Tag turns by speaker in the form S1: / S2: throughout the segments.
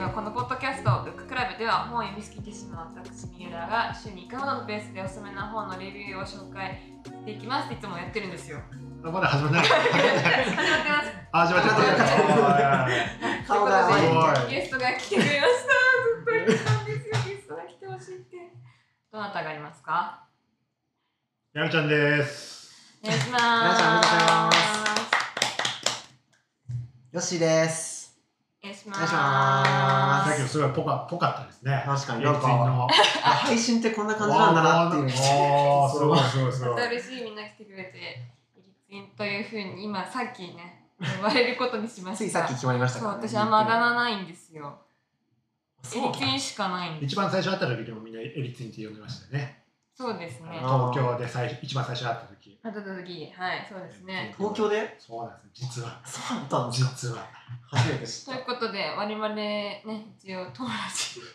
S1: はこのポッドキャスト「ブッククラブ」では本を読み好き手島私三浦が週に1回ほどのペースでおすすめな本のレビューを紹介していきますっていつもやってるんですよ。
S2: あまだ始まっ てない。
S1: 始まってます
S2: あ始まっちゃっ
S1: と
S2: た。
S1: いう
S3: 顔が
S2: すごい
S1: ことでゲストが来てくれました。ずっと言ってたんですよ。ゲストが来てほしいって。どなたがいますか？
S2: やみちゃんです。
S1: お願いします。
S3: 皆さんお願いしよしです。
S1: お願いし
S3: お願い
S2: さ
S3: しま
S2: っき
S1: ます。
S2: もすごいポカポカったですね。
S3: 確かに
S2: 友人の
S3: あ配信ってこんな感じなんだなっていう。
S2: おーすごいすごいすごい。
S1: 嬉しいみんな来てくれて、イリツンというふうに今さっきね呼ばれることにしました。
S3: ついさっき決まりました
S1: そう
S3: から、ね。
S1: 私あんまあだ名ないんですよ。エ
S3: そう
S1: リツィンしかないんで。
S2: 一番最初会った時でもみんなエリツィンって呼んでましたよね。
S1: そうですね。
S3: あ
S2: 東京で最初一番最初会った時。
S1: あたた時はいそうですね。
S3: 東京で
S2: そうなんです。実は
S3: そうだったんですか
S2: 実は。
S3: 初めて知
S1: と
S3: っ
S1: いうことで我々ね一応友達友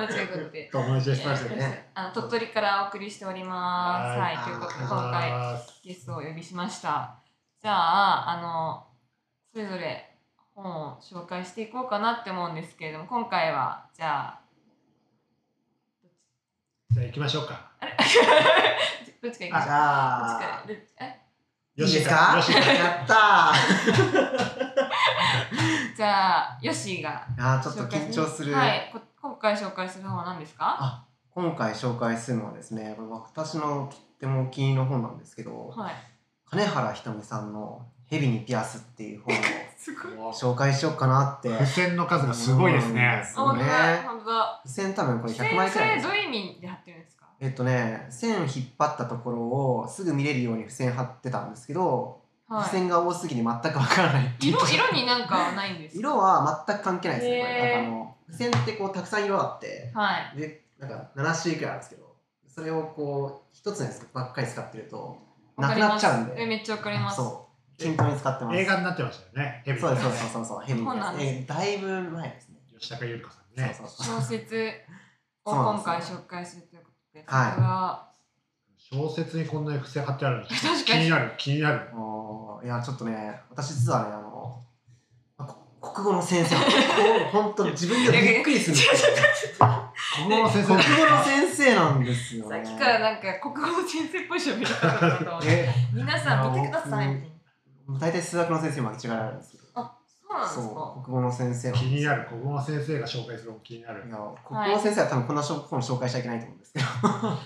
S1: 達ということで。
S2: 友達でしましたよね。
S1: あの鳥取からお送りしております。は、
S2: はい
S3: い
S1: ということで
S3: あー
S1: 今回ゲストをお呼びしました。じゃああのそれぞれ本を紹介していこうかなって思うんですけれども今回はじゃあ
S2: じゃあ行きましょうか。
S1: あれどっちかいき
S3: た。
S1: ま
S3: じ
S1: しょう。どっち
S3: ゃ
S1: か
S3: あ。
S1: どっちえ
S3: いいですか
S2: よしかよし
S3: やったーあ
S1: じゃあヨッシーが
S3: ーちょっと緊張する、
S1: はいこ今回紹介する本は何ですか
S3: 今回紹介するのはですねこれ私のとってもお気に入りの本なんですけど
S1: はい
S3: 金原ひとみさんの「蛇にピアス」っていう本を
S1: すごい
S2: もう
S3: 紹介しようかなって
S2: 付箋の数がすごいですね。
S3: そうね
S1: 本当だ
S3: 付箋多分これ
S1: そ
S3: 100
S1: れ
S3: 枚く
S1: そ
S3: らい
S1: れ
S3: です
S1: どういう意味で貼ってるんですか
S3: えっとね線引っ張ったところをすぐ見れるように付箋貼ってたんですけど、
S1: は
S3: 付箋が多すぎて全くわからないっていう
S1: 色色になんかはないんですか
S3: 色は全く関係ないですねこ
S1: へ
S3: れ
S1: ー
S3: なんかあの付箋ってこうたくさん色あって
S1: はい
S3: でなんか7種類くらいあるんですけどそれをこう一つのやつばっかり使ってるとなくなっちゃう
S1: わ
S3: ん
S1: かりますえ
S3: で
S1: めっちゃわかります
S3: そう均等に使ってます
S2: 映画になってましたよね。ヘビ
S3: そうですそうですそうそうヘビ
S1: そうなん
S3: ー
S1: です
S3: ですえだいぶ前ですね
S2: 吉高由里子さんね。
S3: そうそうそう
S1: 小説 を今回紹介するということで
S3: はい
S1: それは
S2: 小説にこんなに付箋貼ってあるの気
S1: 確かに
S2: になる気になる
S3: あのーいやちょっとね私実はねあのまこ国語の先生 こう本当自分でびっくりするんですよ、
S2: 国語の先生
S3: 国語の先生なんですよ
S1: さ
S3: ね
S1: っきからなんか国語の先生っぽい喋り方だったと思って
S3: え
S1: 皆さん見てくださいみたいな
S3: 大体数学の先生も間違えられるんですけど
S1: あそうなんです
S3: そ
S1: か
S3: う国語の先生
S2: 気に
S3: る
S2: なる国語の先生が紹介するの気にないる
S3: や国語の先生は多分こんな本紹 介しちゃいけないと思う んですけど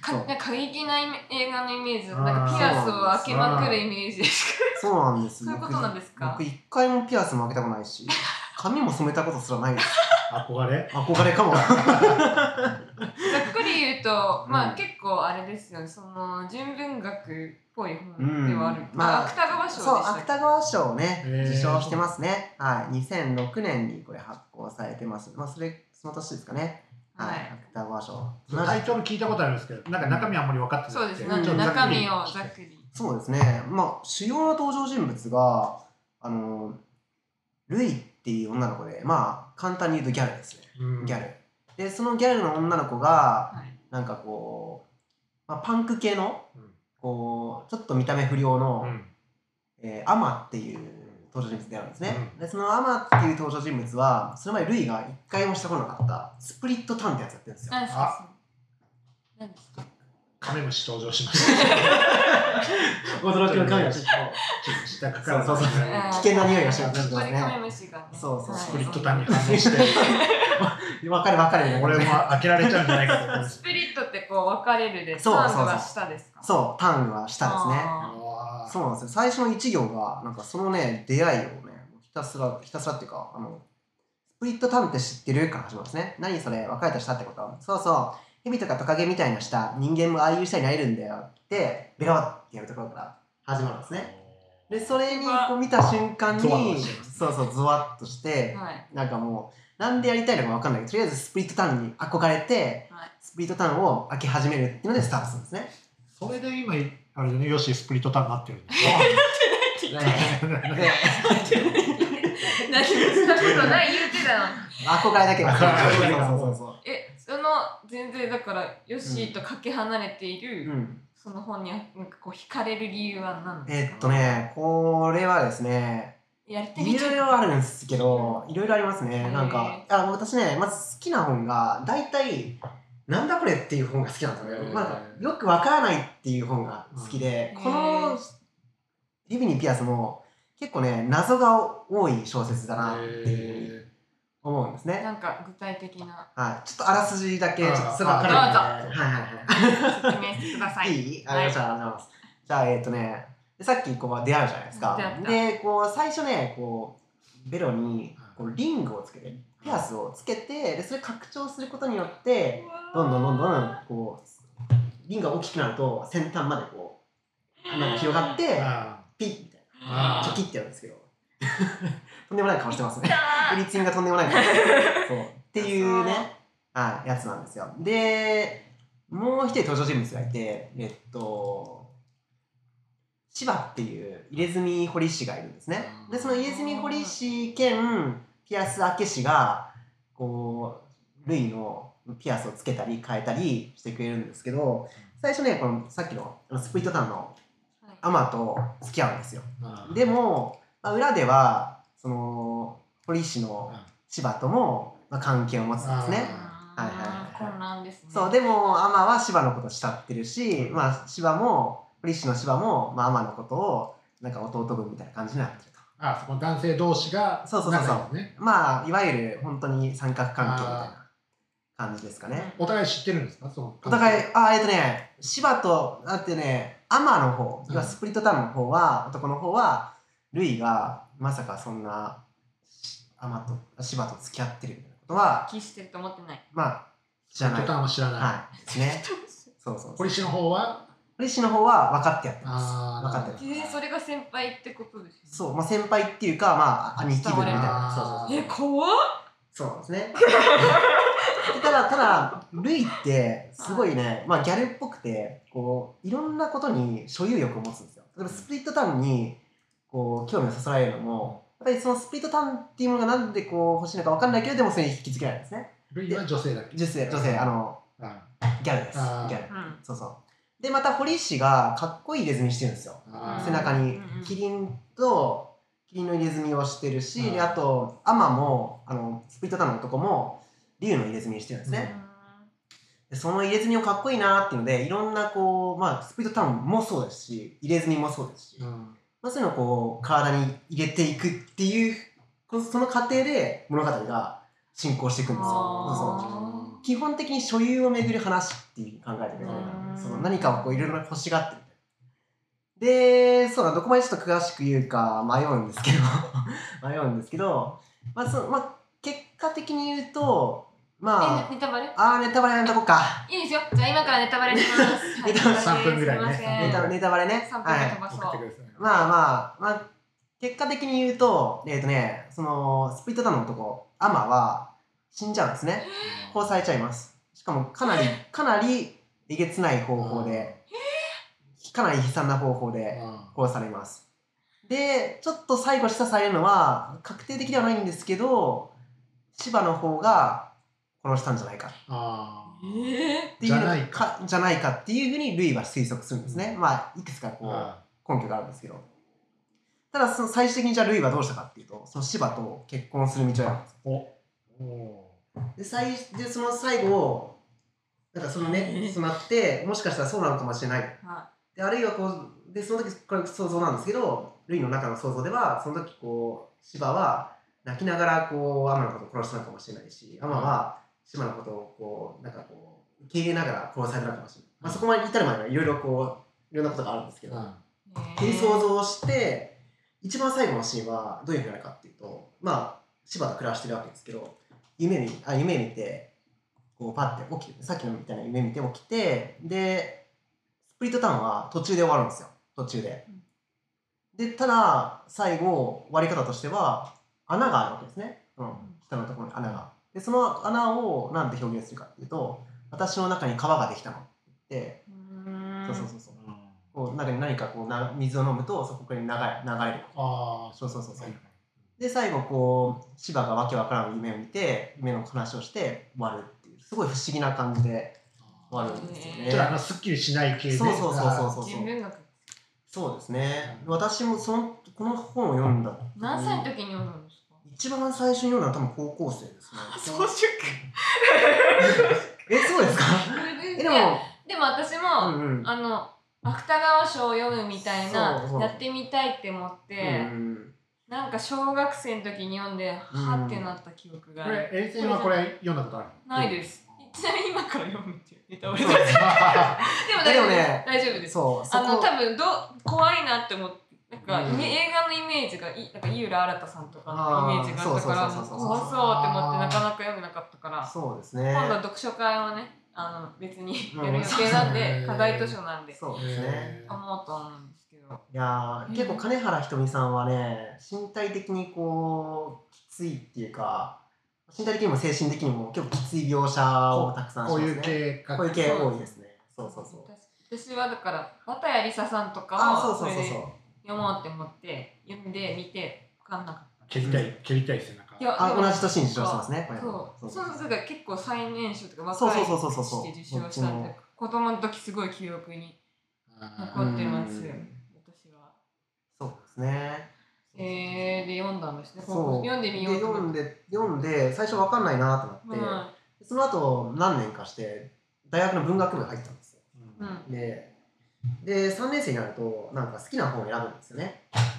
S1: か
S3: そう
S1: なんか過激なイメ映画のイメージなんかピアスを開けまくるイメージですか
S3: そうなんです
S1: そういうことなんですか
S3: 僕僕一回もピアスも開けたことないし髪も染めたことすらないです
S2: 憧 れ
S3: 憧れかも
S1: ざっくり言うと、
S3: うん
S1: まあ結構あれですよね、その純文学っぽい
S3: うん
S1: 本ではある。
S3: ま
S1: ま
S3: あ
S1: あ、芥川賞でし
S3: そう
S1: たっけ。
S3: 芥川賞をね
S2: へー
S3: 受賞してますねはい2006年にこれ発行されてますまあそれその年ですかね
S1: は
S3: はい
S1: い。
S3: 芥川賞
S2: そのタイトル聞いたことあるんですけどなんか中身あんまり分かって
S1: そ
S2: な
S1: う
S2: く
S1: で
S2: て
S1: す
S2: ち
S1: ね。
S2: ょ
S1: な
S2: っ
S1: ん
S2: と
S1: か
S2: ざっ
S1: 中
S2: くり
S1: 身をざっくり。
S3: そうですねまあ主要な登場人物があのルイっていう女の子でまあ簡単に言うとギャルですね
S2: うん
S3: ギャルでそのギャルの女の子が
S1: はい。
S3: なんかこう、まあ、パンク系の
S2: うん
S3: こうちょっと見た目不良の、
S2: うん
S3: えーアマっていう登場人物であるんですね、でそのアマっていう登場人物はその前ルイが一回もしたことなかったスプリットターンってやつやってるんです よ
S1: 何ですか。何ですか。
S2: カメムシ登場しま した
S3: 驚
S2: きの神が
S3: ちょっ
S2: ちょっと下から
S3: そうそうそう
S1: あー
S3: と危険な匂いがしま
S1: こ
S3: す
S1: こでカメ
S3: ね
S1: ムシがね。
S3: そうそう
S1: はい
S3: ス
S2: スプリット単に反応して
S3: 分かる分かる
S2: 俺も開けられちゃうんじゃないかと思います
S1: スプリットってこう分かれるで、
S3: そう
S1: タングが下ですか。
S3: そうターンはしたですね
S1: あ
S2: あ
S3: そうなんですよ最初の一行がなんかそのね出会いをねひたすらひたすらっていうかあのスプリットターンって知ってるから始まるんですね何それ別れたしたってことそうそう蛇とかトカゲみたいなした人間もああいう下になれるんだよってベロってやるところから始まるんですねでそれにこう見た瞬間に
S2: ゾワッとします
S3: そうそうズワッとし
S1: ー
S3: て
S1: はい。
S3: なんかもうなんでやりたいのか分かんないけどとりあえずスプリットターンに憧れて
S1: はい
S3: スプリットターンを開け始めるっていうのでスタートするんですね
S2: それで今あれだねよしスプリット単になってるんだ
S1: 何もし
S3: で
S1: たことない言うてたのに。
S3: 憧れだけは
S2: そう
S3: そうそうそう
S1: え、その全然だからヨッシーとかけ離れている。
S3: うん、
S1: その本になんかこう惹かれる理由は何です
S3: え
S1: か
S3: っとねこれはですね
S1: やってみ
S3: い
S1: ち
S3: ろい
S1: ゃ
S3: ろあるんですけど、いろいろありますね。
S1: ー
S3: なんか、あ私ね、まず好きな本が、大体、なんだこれっていう本が好きなんですよ。
S4: へー
S3: なんかよくわからないっていう本が好きで、
S1: うん
S3: こ
S1: へ
S3: の
S1: ー、
S3: ヘビニーピアスも、結構ね、謎が多い小説だなっていうふうに
S4: え
S3: 思うんです
S1: う
S3: ね。
S1: なんか具体的 な
S3: はい。ちょっとあらすじだけ、ちょっとすぐわかるんで。
S1: あど
S3: はいはいはい。
S1: 説明してください。
S3: いいありがとうございます。じゃあ、えっ、とね、でさっきこう出会うじゃないですか
S1: 出会っ。た
S3: で、こう最初ね、こうベロにこうリングをつけて、ピアスをつけて、でそれ拡張することによって、どんどんどんどんこうリングが大きくなると先端までこう花が広がって、
S2: あ
S3: ピッみたいな
S4: あ
S3: チョ
S4: ー
S3: キってやるんですけど、 とんでもない顔してますね。
S1: あ
S3: ブリッジングがとんでもないからそうっていうね、はい、やつなんですよでもう一人登場人物がいてえっと千葉っていう入れ墨堀氏がいるんですねでその入れ墨堀氏兼ピアス明氏がこうルイのピアスをつけたり変えたりしてくれるんですけど最初ねこのさっきのあのスプリットタンのアマと付き合うんですよ
S4: あー
S3: でも、まあ、裏ではその堀氏の
S4: うん
S3: 千葉とも、まあ、関係を持つんです
S1: はい
S3: ね。はいはいはい
S1: 混乱ですね。
S3: そうでもアマは千葉のこと慕ってるし、まあ、千葉も堀氏の千葉も、まあ、アマのことをなんか弟分みたいな感じになってると。
S2: ああそこの男性同士が
S3: そうそうそうそう
S2: 仲いいのね
S3: まあいわゆる本当に三角関係みたいな感じですかね。
S2: お互い知ってるんですかその
S3: お互いあえっとね芝とだってねアマの方
S2: うん
S3: 要はスプリットタウンの方は、男の方はルイがまさかそんなしアマと芝と付き合ってるみたいなことは
S1: 気してると思ってない。
S3: まあ知ら
S2: タ
S3: ない
S2: ーンは知らない、
S3: はいですね そうそうそ
S2: ポ
S3: う
S2: リシーの方は
S3: 堀氏の方は分かってやって
S2: あー
S3: ます分かって
S2: なる
S3: る
S2: ほ
S1: えーそれが先輩ってことですよ
S3: そう、まあ、先輩っていうかまあ兄貴分みたいな
S2: 伝わ
S3: そ
S2: れ
S3: うそう
S1: え
S2: る
S3: そう
S1: 怖っ。
S3: そうなんですねでただただルイってすごいね、まあ、ギャルっぽくてこういろんなことに所有欲を持つんですよ例えばスプリットタウンにこう興味をそそられるのもやっぱりそのスプリットタウンっていうものがなんでこう欲しいのか分かんないけどでもそれに引き付けられるんですね
S2: ルイは女性だっけ
S3: 女性女性あの
S2: あ
S3: ギャルですギ
S2: あー
S3: ャル
S1: うん
S3: そうそうでまた堀氏がかっこいい入れ墨してるんですよ
S2: あ
S3: 背中に
S1: うんうんうん
S3: キリンとキリンの入れ墨をしてるし、
S2: うん
S3: であとアマもあのスプリットタウンの男も竜の入れ墨してるんですね、でその入れ墨をかっこいいなっていうのでいろんなこう、まあ、スプリットタウンもそうですし入れ墨もそうですし、
S2: うん
S3: まあ、そういうのをこう体に入れていくっていうこその過程で物語が進行していくんです
S1: あ
S3: よ。
S1: ー
S3: そうそう基本的に所有をめぐる話っていう考えてくれ
S1: うん
S3: その何かをこういろいろ欲しがってるでそうだどこまでちょっと詳しく言うか迷うんですけど 迷うんですけど、まあそのまあ、結果的に言うとま
S1: えネタバレ？
S3: ああーネタバレやめとこうか
S1: いいですよ。じゃあ今からネタバレします。はい
S3: ネタバレ
S2: 3分ぐらいね
S1: すません
S3: ネタネタバレね
S1: 三分
S3: は
S1: で
S3: い
S1: 飛ばそう。
S2: 送ってください
S3: まあまあまあ結果的に言うとえっ、とねそのスプリットタウンの男アマは死んじゃうんですねこうされちゃいますしかもかなりかなりえげつない方法でかなり悲惨な方法で
S2: あ
S3: 殺されますでちょっと最後示唆されるのは確定的ではないんですけど千葉の方が殺したんじゃないかっ
S2: あ
S1: え
S3: ていうの
S2: じゃないか
S3: じゃないかっていうふうにルイは推測するんですね、
S2: う
S3: まあいくつかこう
S2: あ
S3: 根拠があるんですけどただその最終的にじゃあルイはどうしたかっていうとその芝と結婚する道を選ぶんです
S2: おお
S3: で最でその最後なんかそのねそうなってもしかしたらそうなのかもしれない
S1: ーは
S3: であるいはこうでその時これ想像なんですけどルイの中の想像ではその時こう芝は泣きながらこうアマのことを殺したのかもしれないしアマは芝のことをこうなんかこう受け入れながら殺されたのかもしれない、まあ、そこまで至るまではいろいろこういろんなことがあるんですけど、
S1: い
S3: っていう想像をして一番最後のシーンはどういうふうになるかっていうとまあ柴田暮らしてるわけですけど夢見あ夢見てこうパッて起きてさっきのみたいな夢見て起きてでスプリットタウンは途中で終わるんですよ途中で。でただ最後終わり方としては穴があるわけですね、うん、下のところに穴が。でその穴をなんて表現するかっていうと「私の中に川ができたの」って
S1: うーん
S3: そうそうそうそ
S2: う
S3: う。
S2: ん
S3: こう中に何かこうな水を飲むとそこから流れ流れる
S2: ああ
S3: そうそうそうそう
S2: はい
S3: で最後こう芝がわけわからん夢を見て夢の話をして終わるっていうすごい不思議な感じで終わるんですよ
S1: え
S2: ちょっと
S3: ね
S2: あのすっきりしない系で
S3: そうそうそうそうそうそう
S1: 自分が
S3: そうですね。私もそのこの本を読んだ時に
S1: 何歳の時に読んだんですか
S3: 一番最初に読んだのは多分高校生ですね。
S1: 早熟
S3: え、そ うですかえ、で
S1: で
S3: も、
S1: もでも私
S3: う
S1: も、
S3: んうん。
S1: あの芥川賞を読むみたいな
S3: そうそう
S1: やってみたいって思って、
S3: うんうん
S1: なんか小学生の時に読んで、はってなった記憶があ
S2: こ
S1: る、
S2: れ、エリセンはこれ読んだことある。
S1: ないですすちなみに今から読むっていうネタバレ
S2: そ
S1: で
S2: う
S1: も
S2: です
S1: 大丈夫
S3: でもね
S1: 大丈夫です
S3: そう、そ
S1: あの
S3: こ
S1: 多分ど怖いなって思ってなんか、
S3: うん
S1: ね映画のイメージがいなんか井浦新さんとかのイメージがあったから
S3: あ
S1: も
S3: ーそう
S1: う
S3: そうそうそう
S1: 怖そうって思ってなかなか読めなかったから
S3: そうですね。
S1: 今度は読書会をねあの別に
S3: うん
S1: やる予定なんで、
S2: そう
S1: 課題図書なんで
S3: そうですね。
S2: へー
S1: 思おうと思うんですけど
S3: いやー、
S1: うん
S3: 結構金原ひとみさんはね、身体的にこう、きついっていうか、身体的にも精神的にも結構きつい描写をたくさんし
S2: こ
S3: ま
S2: う
S3: すね。
S2: いう系が
S3: こういう系多いですね。そうそうそう。
S1: 私私はだから綿谷りささんと
S3: あ、
S1: か
S3: そう
S1: をそ
S3: そう
S1: れ
S3: そう
S1: で
S3: そう。
S1: 読もうって思って読んでみて分かんなかった
S2: 蹴りたい、蹴りたい背中。
S1: いや
S3: あ、
S1: でも
S3: 同じ年に受賞してますね。
S1: そう、そう
S3: そう
S1: そう、だから結構最年少とか
S3: そう
S1: 若
S3: そ
S1: いう
S3: そうそうそう
S1: して受賞したん
S3: どっ
S1: で
S3: ちも、
S1: 子供の時すごい記憶に
S2: あ
S1: 残ってますよ
S3: うん、
S1: 私は。
S3: そうですね。
S1: えー、で読んだんですね。
S3: そう
S1: 読んでみ
S3: で
S1: ようと
S3: 読
S1: 思
S3: ん
S1: って。
S3: で読んで最初わかんないなと思って、
S1: は
S3: その後何年かして大学の文学部に入ったんですよ
S1: い。うん。
S3: でで3年生になるとなんか好きな本を選ぶんですよねなんか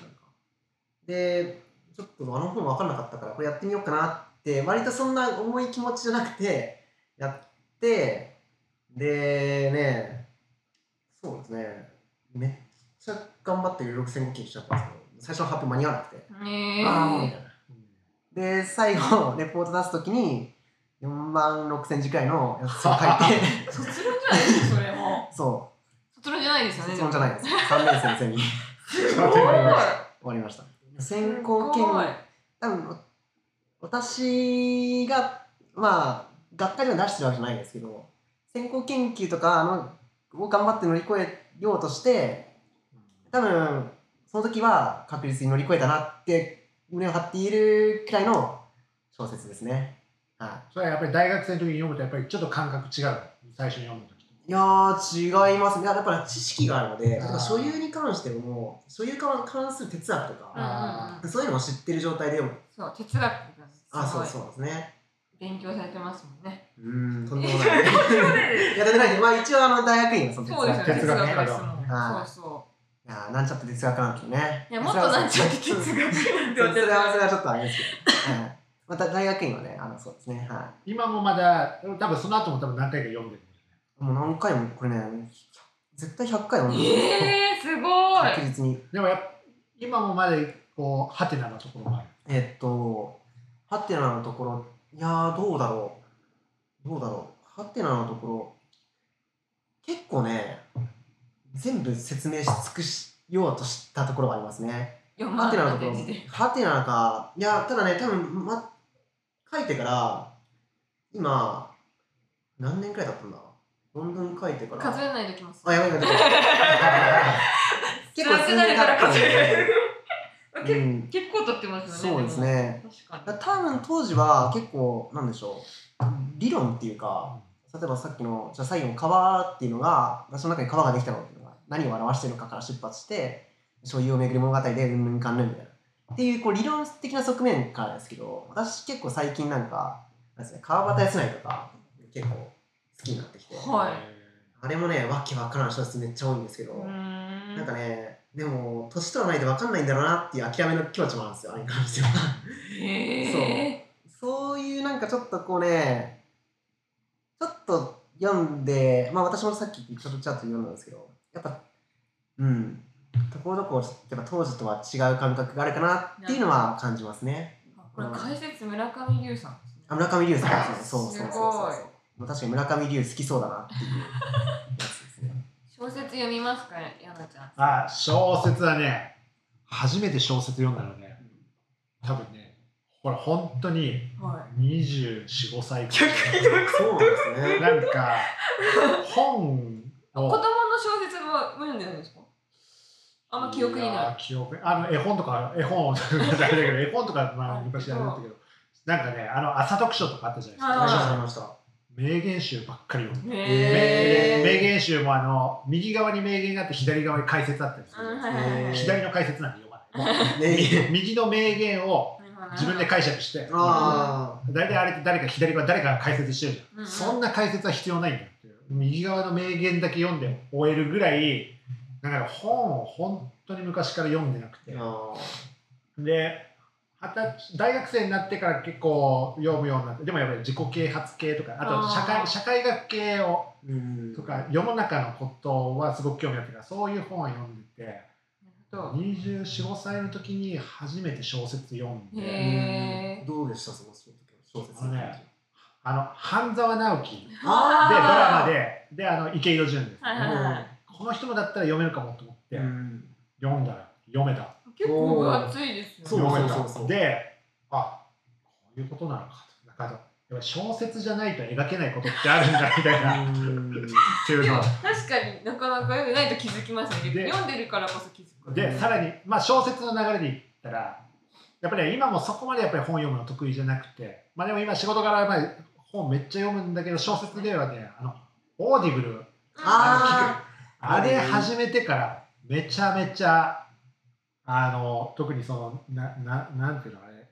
S3: でちょっとあの本分かんなかったからこれやってみようかなって割とそんな重い気持ちじゃなくてやってでねそうですねめっちゃ頑張って有力戦後期にしちゃったんですけど最初の発表間に合わなくて、
S1: ねえ
S3: ああもうみたいな
S2: うん
S3: で最後レポート出す時に4万6千字くらいのやつを書い て
S1: 卒論じゃないですか、それも。
S3: そ
S1: 卒論じゃないです
S3: う
S1: よね。
S3: 卒論じゃないです3年生のゼミ終
S1: す
S2: ごい
S3: わりました
S1: ごい。
S3: 先行研
S1: すごい
S3: 多分わ私がまあ学会では出してるわけじゃないですけど先行研究とかあのを頑張って乗り越えようとして多分その時は確実に乗り越えたなって胸を張っているくらいの小説ですねはい
S2: それはやっぱり大学生の時に読むとやっぱりちょっと感覚違う最初に読む時
S3: いやー違いますね。やっぱり知識があるので、例え
S2: あー
S3: ば所有に関しても、所有化に関する哲学と
S1: うんう
S3: か、
S1: んうん。
S3: そういうのを知ってる状態で読む。
S1: そう、哲学がすごい
S3: あ、そうそうですね。
S1: 勉強されてますもんね。
S3: うーん、とんでもない。いや、とんでもないです。まあ一応、あの、大学院はその
S1: そうですよね、
S2: 哲
S1: 哲
S2: 学
S1: 学
S2: 家
S1: で
S2: だ
S1: すもん。
S3: は
S1: そ
S3: いう
S1: そう。
S3: いやーなんちゃって哲学なんですよね。
S1: いや、もっとなんちゃって哲学
S3: うん
S1: って
S3: それ
S1: 私
S3: は、そ
S1: は。
S3: れはちょっとあれですけど。はいまた大学院はね、あの、そうですね。は
S2: 今もまだ多分その後も多分何回か読んでる
S3: い。もう何回も、これね、絶対100回は読んでる
S1: えー、すごい
S3: 確。実に。
S2: でもやっぱ今もまだこうハテナのところもある
S3: えっと、ハテナのところ、いやー、どうだろう。どうだろう。ハテナのところ、結構ね、全部説明し尽くしようとしたところがありますね。
S1: 読
S3: ハ
S1: ま
S3: テナの
S1: な
S3: と
S1: い
S3: ころ
S1: 感じで。、
S3: ハテナか、いや、ただね、多分、ま、書いてから、今、何年くらい経ったんだ論文書いてから。
S1: 数えないできます。
S3: あ、やばいやばいやばい。結構
S1: 辛く
S3: 数
S1: なる
S3: 年
S1: から
S3: 経っ
S1: 数
S3: て
S1: え
S3: る。
S1: る。
S3: う
S1: け
S3: ん
S1: 結構取ってますよね。
S3: そうですね。
S1: も。確か
S3: だから多分当時は結構なんでしょう理論っていうか例えばさっきのじゃあ最後の川っていうのが私の中に川ができたのっていうのが何を表しているのかから出発して所有をめぐる物語でうんぬんかんぬんみたいなっていうこう理論的な側面からですけど私結構最近なんかなんです、ね、川端康成とか結構好きになってきて、
S1: に。はい。
S3: あれもねわけわからん小説めっちゃ多いんですけど、
S1: うーん。
S3: なんかねでも年取らないとわかんないんだろうなっていう諦めの気持ちもあるんですよあれに関しては。
S1: へ
S3: そういうなんかちょっとこうね、ちょっと読んで、まあ私もさっきピクトルチャート読んだんですけど、やっぱ、うん、ところどころ、やっぱ当時とは違う感覚があるかなっていうのは感じますね。
S1: ーこれ解説村上龍さんですね。
S3: あ村上龍さんですね、そうそうそうそう
S1: す
S3: そう。確かに村上龍好きそうだなっていうやつですね。
S1: 小説読みますか、やなちゃん。
S2: あ小説はね初めて小説読んだのね多分ねほら本当に
S1: はい。
S2: 2 4 5歳く
S3: そうなんですね。
S2: らいなんか本
S1: 子供
S2: を
S1: の小説も読んでるんですか。あんま記憶に
S2: や
S1: ない。
S2: ー記憶あの絵本とか絵本 あれだけど絵本とかまあ昔あれだったけどなんかねあの朝読書とかあったじゃないです
S1: は
S2: か
S1: い
S3: あり
S2: 朝読
S3: ました、
S2: 書
S3: ありました。
S2: 名言集ばっかり読んで、
S1: へ
S3: え
S1: ー
S2: 名言集もあの右側に名言があって左側に解説あったりする
S1: うん
S2: じ
S1: はいはいは
S2: ゃん
S1: い
S2: です左の解説なんて読まな い
S3: 名言
S2: 右の名言を自分で解釈して
S3: あ
S2: 大体あれって誰か左側誰かが解説してるじゃん、
S1: うんうん
S2: そんな解説は必要ないんだよっていう右側の名言だけ読んで終えるぐらいだから本を本当に昔から読んでなくて、
S3: あ
S2: で二十歳大学生になってから結構読むようになってでもやっぱり自己啓発系とかあと社
S1: あー
S2: 会社会学系を
S3: うん
S2: とか世の中のことはすごく興味あったからそういう本を読んでて
S1: と
S2: 245歳の時に初めて小説読ん
S1: へ
S3: う
S2: で
S1: ー
S3: んどうでしたその小説
S2: あのねあの半沢直樹でド
S1: あー
S2: ラマでであの池井戸潤です、
S1: はいはいはい
S2: この人もだったら読めるかもと思って、
S3: うん
S2: 読んだら読めた
S1: 結構分厚いですよね
S3: そう
S2: 読めた
S3: そうそうそう
S2: であこういうことなのかとなんかあのやっぱ小説じゃないと描けないことってあるんだみたい なっていう
S1: で
S2: の
S1: も
S2: は
S1: 確かになかなか読んでないと気づきますね
S2: で
S1: 読んでるからこそ気づく
S2: でさらに、まあ、小説の流れで言ったらやっぱりね今もそこまでやっぱり本読むの得意じゃなくて、まあ、でも今仕事柄、まあ、本めっちゃ読むんだけど小説ではねあのオーディブル
S3: あ
S2: あれ
S3: うん
S2: 始めてからめちゃめちゃあの特にそのなななんていうのあれあれ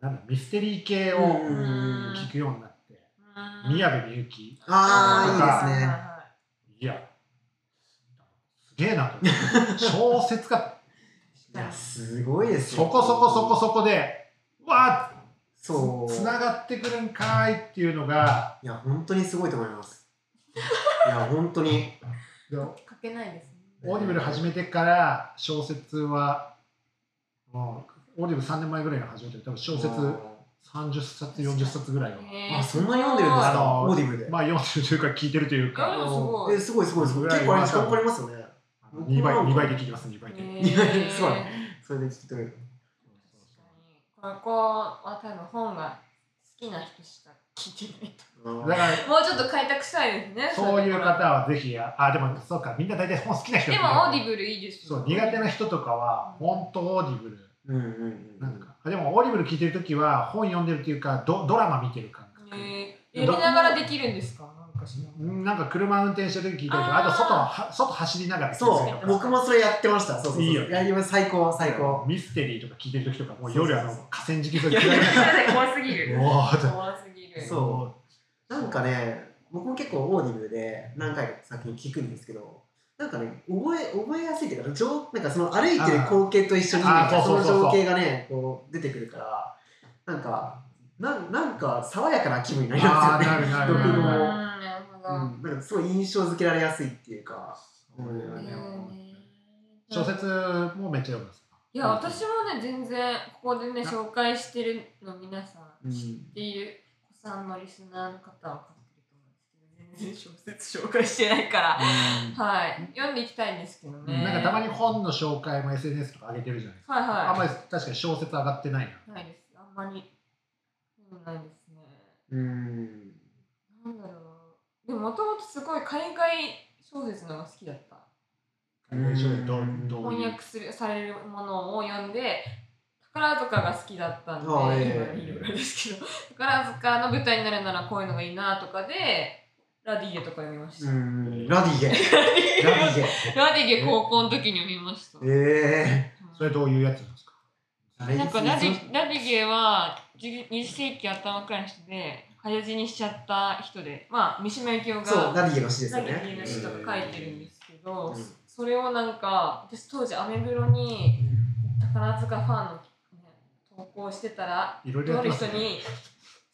S2: なんだミステリー系
S3: う
S2: を
S3: ん
S2: 聞くようになって、
S1: うん
S2: 宮部みゆき
S3: あーいいですね
S2: いやすげえなと思っ て小説が
S3: いやすごいです
S2: そこそこそこそこでわー
S3: そう
S2: つながってくるんかーいっていうのが
S3: いや本当にすごいと思いますいや本当に
S2: で
S1: 書けないですね
S2: オーディブル始めてから小説はもうオーディブル3年前ぐらいに始めて多分小説30冊40冊ぐらいを
S1: へー
S3: あそんな読んでるんです
S2: あ
S3: か
S2: の
S3: オーディブルで
S2: まあ読んでるというか聞いてるというか
S1: あすごい
S3: えすごいすごいすごい結構あれ時間かかりますよね
S2: 2倍
S3: 僕も
S2: 2倍で聞きます2倍で。
S1: へ ー
S3: すごいそれで聞いてる
S1: ここは多分本が好きな人しか聞いてない
S2: だから
S1: ともうちょっと開拓したいですね
S2: そういう
S1: ところ
S2: 方はぜひあでもそうかみんな大体本好きな人
S1: で
S2: だ
S1: もオーデ
S2: けど
S1: ィブルいいです
S2: そ
S1: よ
S2: う苦手な人とかは本当オーディブル
S3: うんうんう
S2: なん
S3: ん
S2: かでもオーディブル聞いてる時は本読んでるっていうかドドラマ見てる感覚、
S1: へーやりながらできるんですかなんかしながら
S2: うんなんか車運転してる時聞いてると
S1: あ
S2: あ
S1: ー
S2: と外は外走りながら聞いてる
S3: そ
S2: 時と
S3: う
S2: か
S3: 僕もそれやってましたそうそうそう
S2: いいよ
S3: やります最高最高
S2: ミステリーとか聞いてる時とかもう夜あ
S3: そうそう
S2: の
S3: そう
S2: 河川敷とか
S3: いやい
S2: 暗
S3: や
S2: い
S3: いや
S1: 怖すぎ る
S2: おーっ
S1: 怖すぎる
S2: と
S3: そうなんかね僕も結構オーディブルで何回か作品聞くんですけどなんかね覚え覚えやすいっていうか情なんかその歩いてる光景と一緒に
S2: あーあー
S3: そ
S2: そうそうそ
S3: の
S2: うそう
S3: 情景がねこう出てくるからなんかなんなんか爽やかな気分になり
S2: あ
S3: ま
S2: あ
S3: すよ
S2: な
S3: ね。
S2: るな
S1: う
S2: るなる
S1: ん
S2: なる
S1: なるほど、
S3: うん、なんかすごい印象付けられやすいっていうか、
S2: そうだよね
S1: うん
S2: 小説もめっちゃ読むんですか
S1: いや私もね全然ここでね紹介してるの皆さ
S3: うん
S1: ん知っている子さんのリスナーの方は書ってると思うんですけど全然小説紹介してないからはい読んでいきたいんですけどね
S2: なんかたまに
S1: はい
S2: 本の紹介も SNS とか上げてるじゃないですか、あん
S1: は
S2: まり確かに小説上がってないない
S1: ないですあんまり読んでないですね
S3: うん
S1: なんだろうでももともとすごい海外小説のが好きだった
S3: うん
S2: どうどういう
S1: 翻訳するされるものを読んで宝塚が好きだったんで、
S3: ああええ
S1: 今いろいろですけど宝塚の舞台になるならこういうのがいいなとかでラディゲとか読みまし
S3: う
S1: た、
S3: んラディゲラディゲ
S1: ラディゲ高校の時に読みました、
S3: え
S2: それどういうやつなんですか
S3: え
S1: うんなんかラディラディゲは20世紀頭くらいの人で早死にしちゃった人でまあ三島由紀夫
S3: そう
S1: が
S3: ラディゲの詩です
S1: ラ
S3: よ
S1: デ
S3: ね
S1: ィゲの詩とか書いてるんですけど、
S3: うん
S1: それをなんか私当時アメブロに宝塚ファンの、ね、投稿してたら
S2: いろいろ
S1: と
S2: や
S1: あ
S2: って
S1: る
S2: ます
S1: 人
S2: ね
S1: に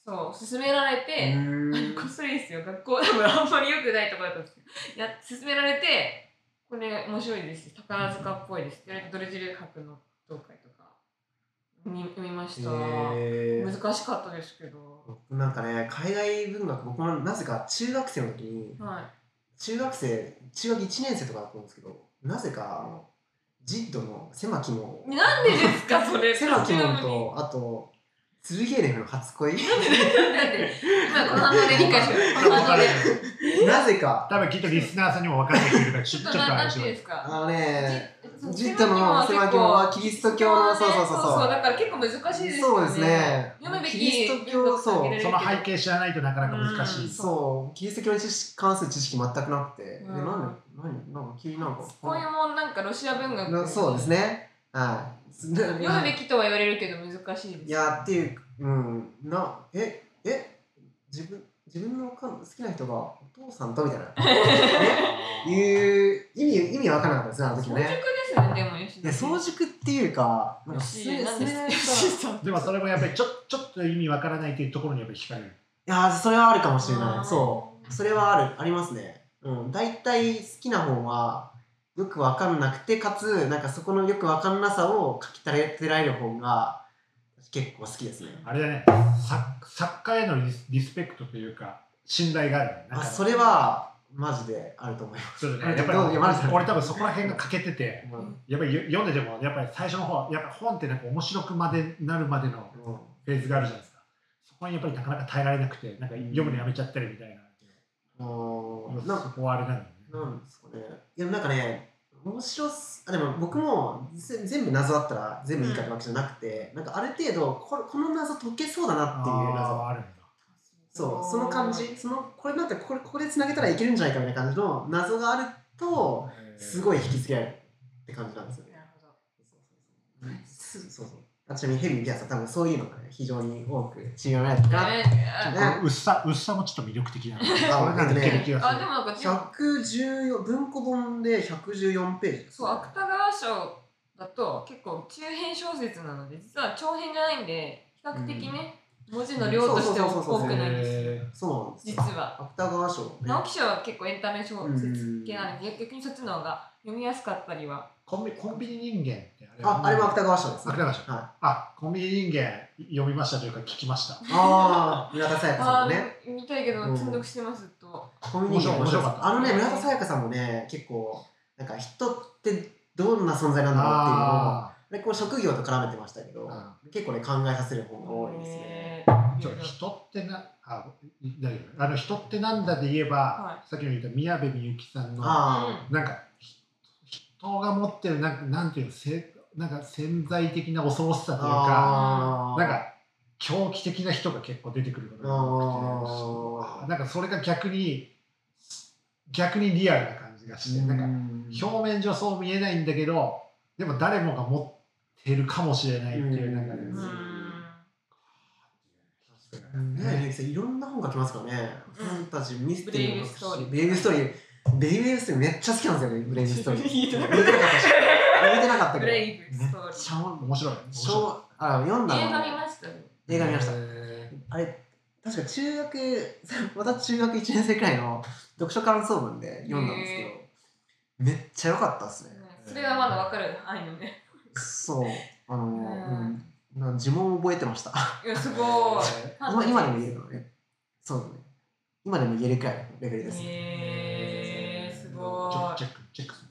S1: そう勧められて、
S3: うん
S1: こっそりですよ学校多分あんまり良くないところだったんですけどいや勧められてこれ面白いです宝塚っぽいですって言われてドレジル博の同会とかに読みました、
S3: えー
S1: 難しかったですけど、
S3: 僕なんかね海外文学僕もなぜか中学生の時に
S1: は
S3: 中学生中学1年生とかだと思うんですけどなぜかあのジッドの狭き門
S1: い、なんでですかそれ
S3: 狭き門とあと剣エレフの初恋
S1: なんで、今この反応で理解しよう。この反応で。
S3: なぜか
S2: 多分きっとリスナーさんにも分かってくれる から、
S1: ち
S2: ち
S1: ょっ
S2: ょっ
S1: と
S2: と
S1: な
S2: あ
S1: な
S2: れ
S1: ん
S2: して
S1: いう
S2: も
S1: ん
S2: ら
S1: で
S2: う
S1: すか。
S3: あのね
S1: そう
S3: ジットの狭き門はキリスト教のそうそうそうそう
S1: そうだから結構難しいですよね。
S3: そうですね
S1: 読むべき
S3: キリスト教そう
S1: 文
S2: そ
S1: 化
S2: の
S1: を取り入れるけど
S2: 背景知らないとなかなか難しい。
S3: そうキリスト教に知識関する知識全くなくて、え
S1: うん
S3: なんで何なんか急になんか
S1: こういうもんなんかロシア文
S3: な
S1: 学。
S3: そうです。ねはい
S1: 読むべきとは言われるけど難しいです。
S3: いやっていううんなええ自分自分のおかん好きな人がお父さんとみたいな いう意味意味わからなかったですねあの時
S1: 早熟
S3: も
S1: で
S3: ね
S1: すねでも吉
S3: い
S1: 田
S3: や
S1: さん。
S3: 早熟っていうかなんかす
S1: 吉なん
S3: す
S1: で
S3: ね
S1: す吉
S3: い
S1: さん
S2: でもそれもやっぱりちょちょっと意味わからないっていうところにやっぱり惹かれる。
S3: やそれはあるかもしれないそう
S1: う
S3: それはあるありますね。うん、大体好きな本はよくわかんなくてかつなんかそこのよくわかんなさを書き垂れられる本が結構好きですね。
S2: あれだね、作作家へのリスリスペクトというか、信頼があるね。なん
S3: あ
S2: か
S3: それはマジであると思いま
S2: そうだ
S3: あ
S2: ね、
S3: れ
S2: やっぱり
S3: どう山田さん
S2: 俺多分そこら辺が欠けてて、
S3: す。うん
S2: やっぱりよ読んでても、やっぱり最初の方、やっぱ本ってなんか面白くまでなるまでの
S3: うん
S2: フェーズがあるじゃないですか。そこにやっぱりなかなか耐えられなくて、なんか読むのやめちゃったりみたいな。
S3: うんなん
S2: そこはあれなんだよね。
S3: なんですかね。いやなんかね面白すあでも僕もぜ全部謎だったら全部いいかってわけじゃなくて、なんかある程度これこの謎解けそうだなっていう謎
S2: あーあるんだ。
S3: そうその感じそのこれなんてこれここでつなげたらいけるんじゃないかみたいな感じの謎があるとすごい引きつけられるって感じなんですよね。
S1: なるほど。
S3: そうそうそうあちなみにヘビーピアスは多分そういうのがね非常に多く違うないとか
S1: ね
S3: ちょっと
S1: あ
S2: うっさ、うっさもちょっと魅力的なの。それ
S3: あ
S2: なんかいける気
S1: あ
S2: が
S1: ですも
S2: る。
S1: なんかちょっと
S3: 114文庫本で114ページです
S1: そう芥川賞だと結構中編小説なので実は長編じゃないんで比較的ね、文字の量としては
S3: そうそうそう
S1: 多
S3: そう
S1: くないんです
S2: え
S3: そうなんですよ
S1: 実は
S3: 芥川賞ね
S1: 直木賞は結構エンタメ小説系なので逆にそっちの方が読みやすかったりは
S2: ーコンビコンビニ人間ってあれ
S3: ああれも芥川賞ですね
S2: 芥川賞
S3: はい
S2: あコンビニ人間読みましたというか聞きました。
S3: ああ村田沙耶香さ
S1: あ
S3: ん
S1: あ
S3: もね
S1: ー見たいけど
S3: うん
S1: 積んどくしてますと、
S3: コミュニケーション
S2: 面白かった
S3: あのね、村田沙耶香さんもね、結構、なんか人ってどんな存在なんだろうっていうのを
S2: あ
S3: で、こう職業と絡めてましたけど、
S2: う
S3: 結構ね、考えさせる本が多いですね。
S2: あ。ちょっと人ってなあ大丈夫。あの人ってなんだで言えば
S1: は、
S2: さっきの言った宮部みゆきさんのな
S3: あ
S2: んかひ人が持ってるなんかなんていうのせなんか潜在的な恐ろしさと
S3: あ、
S2: いうか。
S3: ああ、
S2: なんか狂気的な人が結構出てくることが多く
S3: あ
S2: て
S3: ー
S2: なんかそれが逆に逆にリアルな感じがして、なんか
S3: か、
S2: 表面上そう見えないんだけどでも誰もが持ってるかもしれないっていううんなんかね、
S1: うん
S3: ねゆきさんいろんな本書きますからね。
S1: うん
S3: ファンタジー、ミステリーも書くし、
S1: ブ
S3: ブレイブストーリー。ベイブストーリーめっちゃ好きなんですよね、ブレイブストーリー。
S1: 言
S3: 見
S1: え
S3: て
S1: て
S3: な
S1: な
S3: か
S1: かった
S3: ったし。見てなかった
S1: ブ
S3: けど。めっ
S1: レイブストーリ
S3: ちゃ面
S2: 面白い面
S3: 白い
S2: 白
S3: あ読んだ
S1: ー
S3: の
S1: 映画見ましたね
S2: い
S3: 映画見ました
S2: え
S3: あれ、確か中学、また中学1年生くらいの読書感想文で読んだんですけど、めっちゃ良かったっすね。
S1: それはまだわかる範囲のね
S3: そう、あの、う
S1: うん
S3: ん、なん呪文を覚えてました。
S1: いやす
S2: ー
S1: ごい
S2: え
S3: 今今でも言えるのね。そうだね。今でも言えるくらいのレベルですね。
S1: へえー、す
S2: ーちょ
S1: ご
S2: っとチ
S1: い
S2: ェックチェックする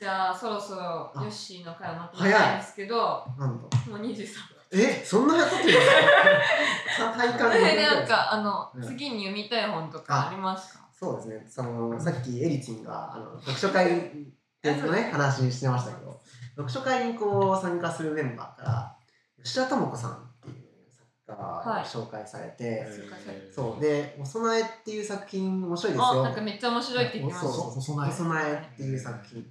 S1: じゃあそろそろヨッシーの回をまとめ
S3: 早
S1: た
S3: い
S1: いんですけど
S3: なんと。
S1: もう23分
S3: え、そんなこと 言うんですか体
S1: そ
S3: 感
S1: れでなんかあ
S3: うん
S1: の次に読みたい本とかありますか
S3: そうですね。そのさっきエリチンがあの読書会でのね話にしてましたけど、読書会にこう参加するメンバーから吉田智子さんっていう作
S1: はい
S3: 家を紹介されて、
S1: そうかそうか
S3: そうで「お供え」っていう作品面白いです
S1: あ
S3: よ。
S1: なんかめっちゃ面白いって言ってま
S3: そう
S1: し
S3: そ
S1: た
S3: う
S2: 細ない
S3: お供えっていう作品。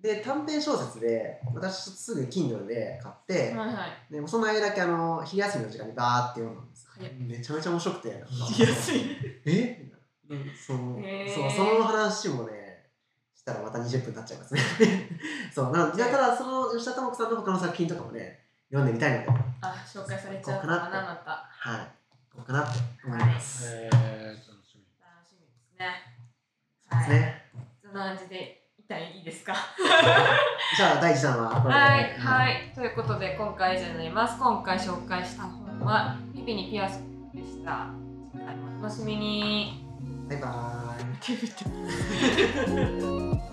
S3: で短編小説で私すぐ Kindle で買って、
S1: はいはい
S3: でお供えだけあの昼休みの時間にバーって読んだんです。
S1: 早い
S3: めちゃめちゃ面白くて。
S2: 昼
S1: 休み
S3: えその
S1: へー
S3: そうその話もねしたらまた20分経っちゃいますねそうなのだからその吉田智子さんの他の作品とかもね読んでみたいので
S1: あ紹介されちゃうのかなまた
S3: はいどうかなって思います、
S2: えー楽しみ
S1: 楽しみですね
S3: そうです
S1: はい
S3: ね
S1: そんな感じで一旦いいですか
S3: じゃあ第1弾はこれで
S1: はい、
S3: は、
S1: はいい、ということで今回以上になります。今回紹介した本は「ビビにピアス」でした。次回もお楽しみに。
S3: バイバーイ
S1: 手振って